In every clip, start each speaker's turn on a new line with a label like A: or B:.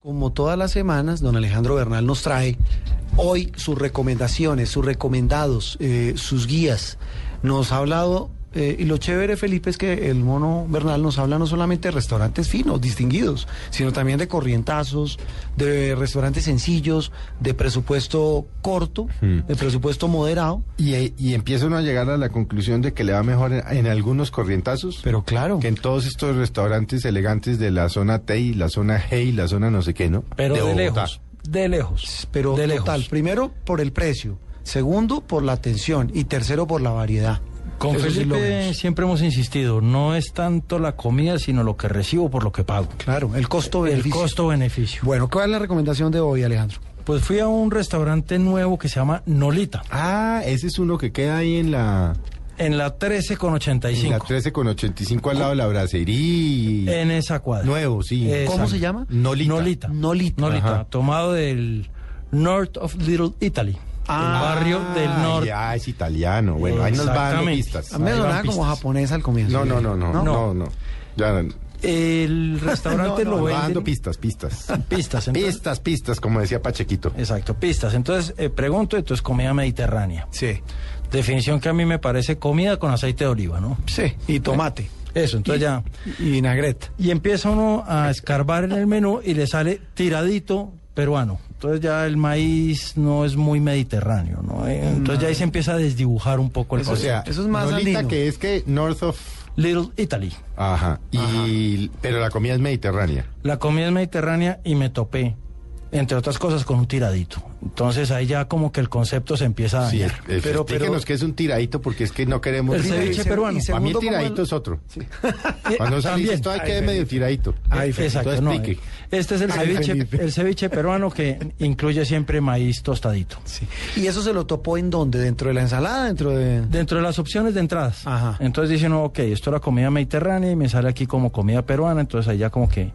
A: Como todas las semanas, don Alejandro Bernal nos trae hoy sus recomendaciones, sus recomendados, eh, sus guías. Nos ha hablado, eh, y lo chévere, Felipe, es que el mono Bernal nos habla no solamente de restaurantes finos, distinguidos, sino también de corrientazos, de restaurantes sencillos, de presupuesto corto,
B: Hmm.
A: de presupuesto moderado.
C: Y, eh, y empieza uno a llegar a la conclusión de que le va mejor en, en algunos corrientazos
A: Pero claro,
C: que en todos estos restaurantes elegantes de la zona T y la zona G y la zona no sé qué, ¿no?
B: Pero de,
C: Bogotá.
B: lejos, de lejos.
A: pero
B: de lejos.
A: total, primero por el precio, segundo por la atención y tercero por la variedad.
B: Con
A: Eso sí lo
B: Felipe
A: vemos.
B: siempre hemos insistido, no es tanto la comida, sino lo que recibo por lo que pago.
A: Claro, el
B: El
A: costo-beneficio.
B: costo-beneficio.
A: Bueno, ¿cuál es la recomendación de hoy, Alejandro?
B: Pues fui a un restaurante nuevo que se llama Nolita,
C: Ah, ese es uno que queda ahí en la,
B: en la 13 con
C: en la
B: 85,
C: 13 con 85 al lado de la bracería.
B: en Eh, esa cuadra.
C: Nuevo, sí.
B: Exacto.
A: ¿Cómo se llama?
C: Nolita.
B: Nolita.
A: Nolita.
B: Nolita,
C: Ajá.
B: tomado del North of Little Italy,
A: Ah,
B: el barrio del norte.
C: Ya, es italiano. Bueno, ahí nos van dando
B: Exactamente.
C: pistas.
A: A mí me
B: Ahí van
A: sonaba como
B: pistas.
A: japonés al comienzo.
C: No, no, no, no,
A: ¿No?
C: no, no. Ya, no,
B: El restaurante
C: no,
B: lo
C: va dando
B: venden-
C: pistas, pistas.
B: pistas, entonces-
C: pistas, pistas, como decía Pachequito.
B: Exacto, pistas. Entonces, eh, pregunto, entonces comida mediterránea.
A: Sí,
B: Definición que a mí me parece comida con aceite de oliva, ¿no?
A: sí. Y tomate.
B: Eso, entonces ya.
A: Y vinagreta.
B: Y empieza uno a escarbar en el menú y le sale tiradito peruano. Entonces ya el maíz no es muy mediterráneo, ¿no? Eh, Entonces ya ahí se empieza a desdibujar un poco el
A: Eso
C: O
A: sí.
B: concepto.
C: sea,
A: Eso es más
C: Nolita
A: andino.
C: que es que North of
B: Little Italy.
C: Ajá. Y, pero la comida es mediterránea.
B: La comida es mediterránea y me topé, entre otras cosas, con un tiradito. Entonces ahí ya como que el concepto se empieza a
C: Sí,
B: dañar.
C: es-
A: Pero-
C: explíquenos
A: pero-
C: qué es un tiradito porque es que no queremos.
B: Ah, El
C: tiradito.
B: ceviche peruano.
C: Para mí el
A: segundo, ¿cómo
C: tiradito
A: el-
C: es otro.
B: Eh,
C: Cuando se dice
B: también. Ah,
C: esto hay
A: Ay,
C: que medio tiradito.
A: Ay, Felipe,
B: Exacto,
C: Entonces,
B: no,
C: explique.
B: Este es el
A: Ay,
B: ceviche,
A: Felipe.
B: el ceviche peruano que incluye siempre maíz tostadito.
A: Sí. ¿Y eso se lo topó en dónde? ¿Dentro de la ensalada? ¿Dentro de...?
B: Dentro de las opciones de entradas.
A: Ajá.
B: Entonces dicen, no, ok, esto era comida mediterránea y me sale aquí como comida peruana, entonces ahí ya como que...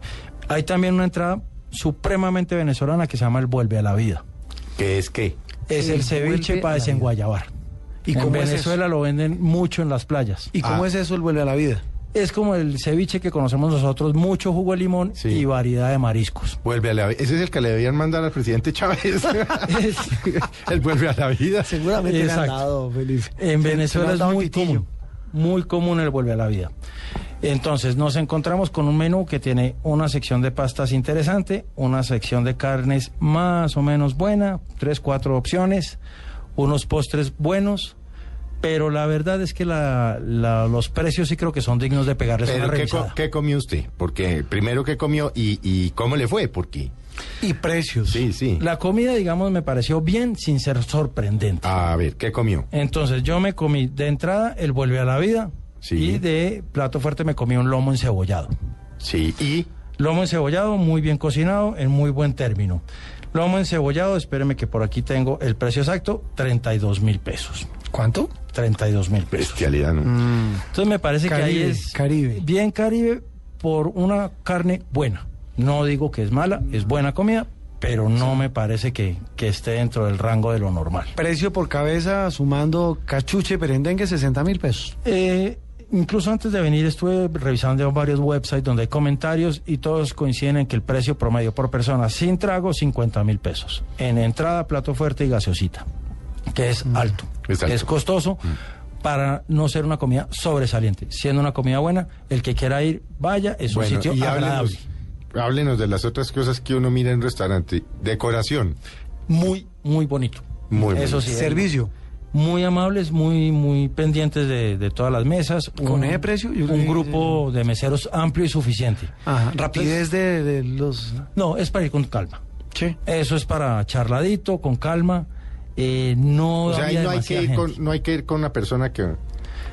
B: Hay también una entrada supremamente venezolana que se llama el vuelve a la vida.
C: ¿Qué es qué?
B: Es el,
A: El
B: ceviche
A: vuelve a la
B: para
A: vida.
B: desenguayabar.
A: ¿Y
B: en
A: cómo es
B: Venezuela lo venden mucho en las playas.
A: ¿Y cómo
C: Ah.
A: es eso el vuelve a la vida?
B: Es como el ceviche que conocemos nosotros, mucho jugo de limón
C: Sí.
B: y variedad de mariscos.
C: Vuelve a la vida. Ese es el que le debían mandar al presidente Chávez. el vuelve a la vida.
A: Seguramente le han
B: Exacto.
A: dado, Felipe.
B: En
A: Se- se lo
B: Venezuela
A: han
B: es
A: dado
B: muy
A: pitillo.
B: común. Muy común el vuelve a la vida. Entonces, nos encontramos con un menú que tiene una sección de pastas interesante, una sección de carnes más o menos buena, tres, cuatro opciones, unos postres buenos, pero la verdad es que la- la- los precios sí creo que son dignos de pegarles una
C: Pero ¿qué, co-
B: revisada.
C: qué comió usted? Porque primero qué comió y, y cómo le fue, porque.
A: Y precios.
C: Sí, sí.
B: La comida, digamos, me pareció bien sin ser sorprendente.
C: A ver, ¿qué comió?
B: Entonces, yo me comí de entrada el vuelve a la vida
C: Sí.
B: y de plato fuerte me comí un lomo encebollado.
C: Sí, y
B: Lomo encebollado, muy bien cocinado, en muy buen término. Lomo encebollado, espéreme que por aquí tengo el precio exacto, 32 mil pesos.
A: ¿Cuánto?
B: 32 mil pesos.
C: bestialidad,
B: Mm,
C: ¿no?
B: Entonces me parece que ahí
A: Caribe,
B: es
A: Caribe.
B: bien Caribe por una carne buena. No digo que es mala, es buena comida, pero no me parece que, que esté dentro del rango de lo normal.
A: Precio por cabeza sumando cachuche perendengue 60 mil pesos.
B: Eh, incluso antes de venir estuve revisando varios websites donde hay comentarios y todos coinciden en que el precio promedio por persona sin trago 50 mil pesos. En entrada, plato fuerte y gaseosita, que es alto,
C: Mm. es alto. Mm.
B: es costoso. Para no ser una comida sobresaliente. Siendo una comida buena, el que quiera ir, vaya, es un sitio
C: háblenos,
B: agradable.
C: háblenos de las otras cosas que uno mira en restaurante. Decoración.
B: Muy, muy bonito.
C: Muy
B: Eso
C: bonito.
B: sí.
A: Servicio.
B: Muy amables, muy, muy pendientes de, de todas las mesas.
A: Con ese precio, yo creo
B: un
A: que-
B: grupo de meseros amplio y suficiente.
A: Ajá, Rapidez de, de los...
B: No, es para ir con calma.
A: Che.
B: Eso es para charladito, con calma. Eh, no,
C: O sea, ahí
B: había
C: no hay,
B: demasiada
C: que ir con,
B: gente.
C: no hay que ir con una persona que...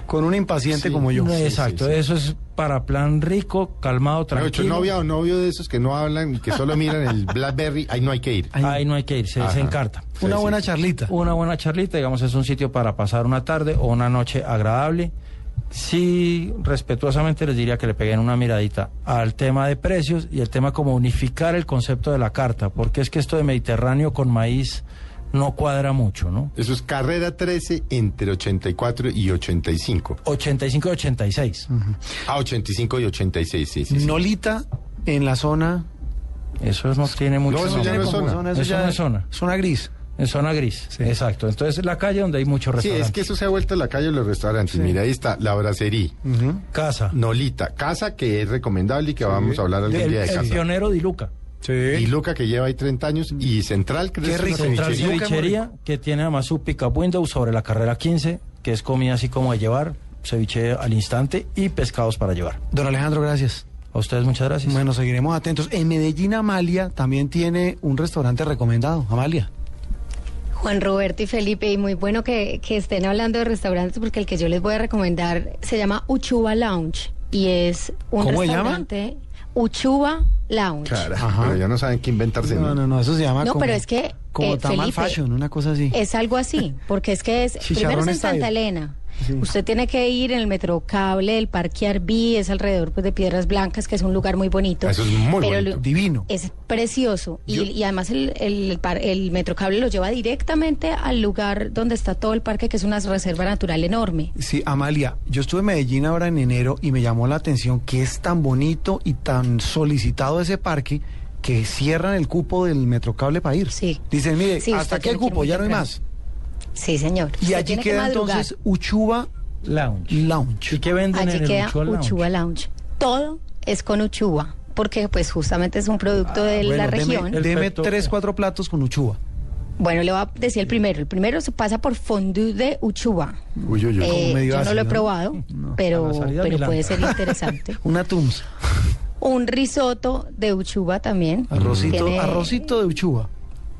A: Con un impaciente
C: Sí,
A: como yo.
B: No,
C: Sí,
B: exacto,
C: sí, sí.
B: eso es para plan rico, calmado,
C: Mejor dicho,
B: tranquilo.
C: novia o novio de esos que no hablan y que solo miran el Blackberry, ahí no hay que ir.
A: Ay,
B: Ahí no hay que ir, se
C: Ajá.
B: desencarta.
C: Sí,
A: Una
C: sí,
A: buena
C: sí.
A: charlita.
B: Una buena charlita, digamos, es un sitio para pasar una tarde o una noche agradable. Sí, respetuosamente les diría que le peguen una miradita al tema de precios y el tema como unificar el concepto de la carta, porque es que esto de Mediterráneo con maíz no cuadra mucho, ¿no?
C: Eso es carrera 13 entre 84 y 85.
B: 85 y 86.
C: Ah, 85 y 86, sí, sí. sí.
A: Nolita en la zona
B: Eso no tiene mucho
C: No, eso ya
B: nombre.
C: no es zona.
B: Eso no es zona.
A: Zona gris.
B: En zona gris, exacto. Entonces, la calle donde hay muchos
C: Sí,
B: restaurantes.
C: es que eso se ha vuelto a la calle de los restaurantes. Mira, ahí está, la bracería,
B: Casa.
C: Nolita, casa que es recomendable y que vamos a hablar Mm, algún
B: el,
C: día de
B: el
C: casa.
B: pionero Di Luca.
A: Sí.
C: Y Luca que lleva ahí 30 años y Central, creo que
A: Qué
C: es
A: rico.
C: una
B: Central
C: cevichería.
A: Cevichería.
B: Cevichería, que tiene además su pick-up window sobre la carrera 15, que es comida así como de llevar, ceviche al instante y pescados para llevar.
A: Don Alejandro, gracias.
B: A ustedes muchas gracias.
A: Bueno, seguiremos atentos. En Medellín, Amalia también tiene un restaurante recomendado. Amalia.
D: Juan Roberto y Felipe, y muy bueno que, que estén hablando de restaurantes porque el que yo les voy a recomendar se llama Uchuba Lounge y es un
A: ¿Cómo se llama?
D: restaurante Uchuba Lounge.
C: Cara,
A: Ajá.
C: pero ya no saben qué inventarse.
A: No, no, no, eso se llama
D: No,
A: como,
D: pero es que,
A: como
D: eh,
A: tamal
D: Felipe,
A: fashion, una cosa así.
D: Es algo así, porque es que es primero es
A: Chicharrón
D: en
A: style.
D: Santa Elena.
A: Sí.
D: Usted tiene que ir en el metro cable, el parque Arví, es alrededor pues, de Piedras Blancas, que es un lugar muy bonito.
C: Eso es muy
D: Pero
C: bonito.
D: lo-
A: Divino.
D: Es precioso. Y,
A: Yo-
D: y además el, el, par- el metrocable lo lleva directamente al lugar donde está todo el parque, que es una reserva natural enorme.
A: Sí, Amalia, yo estuve en Medellín ahora en enero y me llamó la atención que es tan bonito y tan solicitado ese parque que cierran el cupo del Metrocable para ir.
D: Sí.
A: Dicen, mire,
D: Sí, usted
A: hasta aquí el
D: tiene que ir
A: cupo,
D: muy
A: ya no hay
D: temprano.
A: más.
D: Sí, señor.
A: Y
D: Usted
A: allí
D: tiene que
A: queda
D: madrugar.
A: entonces Uchuba
B: Lounge. ¿Y
A: Lounge.
B: qué venden
D: Allí
B: en el
D: queda
B: Uchuva Lounge?
D: Uchuva Lounge. Todo es con Uchuva, porque pues justamente es un producto
A: Ah,
D: de
A: Bueno,
D: la
A: deme-
D: región.
A: Deme,
B: El peto-
A: tres, cuatro platos con Uchuba.
D: Bueno, le voy a decir el primero. El primero se pasa por fondue de Uchuva.
C: Uy, uy, uy.
D: Eh,
A: medio
D: yo no
A: ácido,
D: lo he
A: ¿no?
D: probado,
A: No.
B: A
D: pero,
B: la salida
D: pero
B: Milán.
D: puede ser interesante.
A: Una Tums.
D: Un risotto de Uchuva también.
C: Mm.
A: Arrocito,
D: Tiene-
A: arrocito de Uchuba.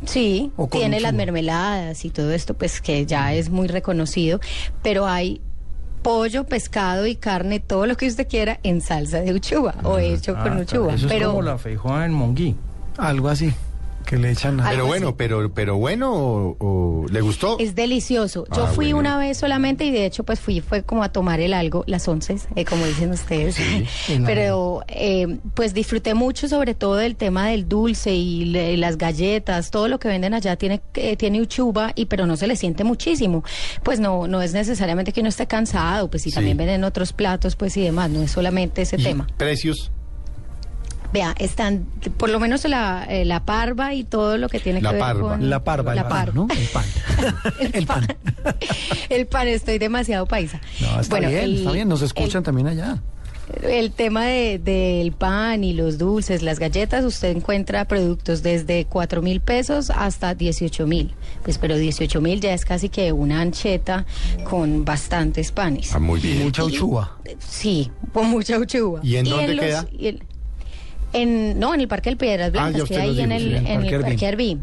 D: Sí,
A: O con
D: tiene las
A: uchuva.
D: mermeladas y todo esto, pues que ya es muy reconocido, pero hay pollo, pescado y carne, todo lo que usted quiera en salsa de uchuva o hecho
B: Ah,
D: con
B: claro,
D: uchuva.
B: Eso es
D: pero
B: como la feijoada en Monguí.
A: Algo así. Que le echan a...
D: Algo
C: Pero bueno,
D: así.
C: pero, pero bueno, o- o- ¿le gustó?
D: es delicioso. Yo
C: Ah,
D: fui
C: bueno.
D: una vez solamente y de hecho pues fui fue como a tomar el algo, las once, eh, como dicen ustedes. Pero eh, pues disfruté mucho sobre todo del tema del dulce y le- las galletas, todo lo que venden allá tiene eh, tiene uchuva y pero no se le siente muchísimo. Pues no no es necesariamente que uno esté cansado, pues y
C: Sí.
D: también venden otros platos pues y demás, no es solamente ese
C: ¿Y
D: tema.
C: Precios.
D: Vea, están por lo menos la, eh, la parva y todo lo que tiene
C: La
D: que ver
C: parva.
D: con
A: La parva,
D: la
A: el pan,
D: parva.
A: ¿no? El pan. el pan.
D: El pan, estoy demasiado paisa.
A: No, está
D: Bueno,
A: bien,
D: el-
A: está bien. Nos
D: el-
A: escuchan también allá.
D: El tema de- del pan y los dulces, las galletas, usted encuentra productos desde 4 mil pesos hasta 18 mil. Pues, pero 18 mil ya es casi que una ancheta con bastantes panes.
C: Ah, muy
A: Y
C: bien.
A: mucha Uchuba.
D: Sí, con mucha uchuva.
C: ¿Y en dónde queda?
D: y en- en- no, en el Parque del Piedras
C: Ah, ya
D: Blancas,
C: usted
D: queda
C: lo
D: ahí en
C: dijo, sí,
D: el,
C: en
D: en
A: el
D: el
A: Parque Arví.
D: Parque Arví.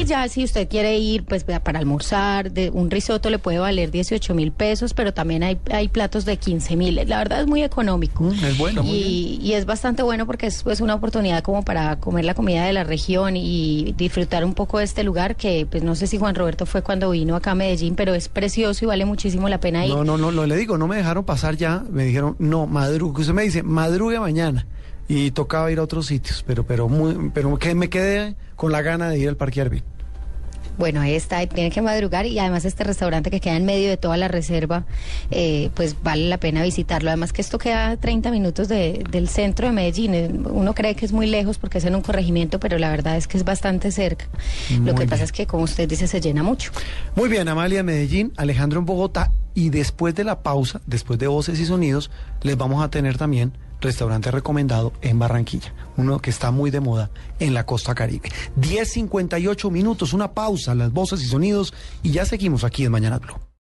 D: Y ya si usted quiere ir pues vea, para almorzar, de un risotto le puede valer 18 mil pesos, pero también hay, hay platos de 15 mil. La verdad es muy económico.
A: Mm, es bueno, muy
D: Y, y es bastante bueno porque es pues, una oportunidad como para comer la comida de la región y disfrutar un poco de este lugar que pues no sé si Juan Roberto fue cuando vino acá a Medellín, pero es precioso y vale muchísimo la pena ir.
A: No, no, no, no le digo, no me dejaron pasar ya, me dijeron, no, madrugue, usted me dice, madrugue mañana. Y tocaba ir a otros sitios, pero pero muy, pero que me quedé con la gana de ir al Parque Arvin.
D: Bueno, ahí está, tiene que madrugar y además este restaurante que queda en medio de toda la reserva, eh, pues vale la pena visitarlo. Además que esto queda a 30 minutos de- del centro de Medellín. Eh, Uno cree que es muy lejos porque es en un corregimiento, pero la verdad es que es bastante cerca.
A: Muy
D: Lo que
A: bien.
D: pasa es que, como usted dice, se llena mucho.
A: Muy bien, Amalia en Medellín, Alejandro en Bogotá, y después de la pausa, después de voces y sonidos, les vamos a tener también restaurante recomendado en Barranquilla, uno que está muy de moda en la costa caribe. 10.58 minutos, una pausa, las voces y sonidos, y ya seguimos aquí en Mañana Blue.